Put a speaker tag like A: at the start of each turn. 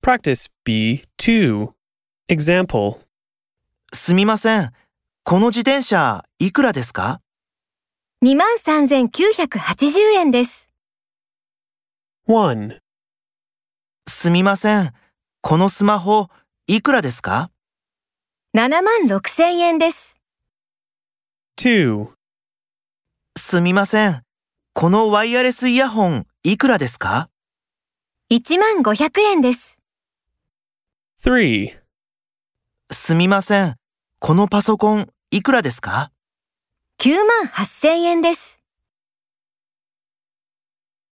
A: Practice B2. Example
B: すみません。この自転車、いくらですか
C: 23,980円です。
A: 1.
B: すみません。このスマホ、いくらですか
C: 76,000円です。
A: 2.
B: すみません。このワイヤレスイヤホン、いくらですか
C: 15,000円です。
A: 3.
B: すみません。このパソコン、いくらですか
C: 98,000円です。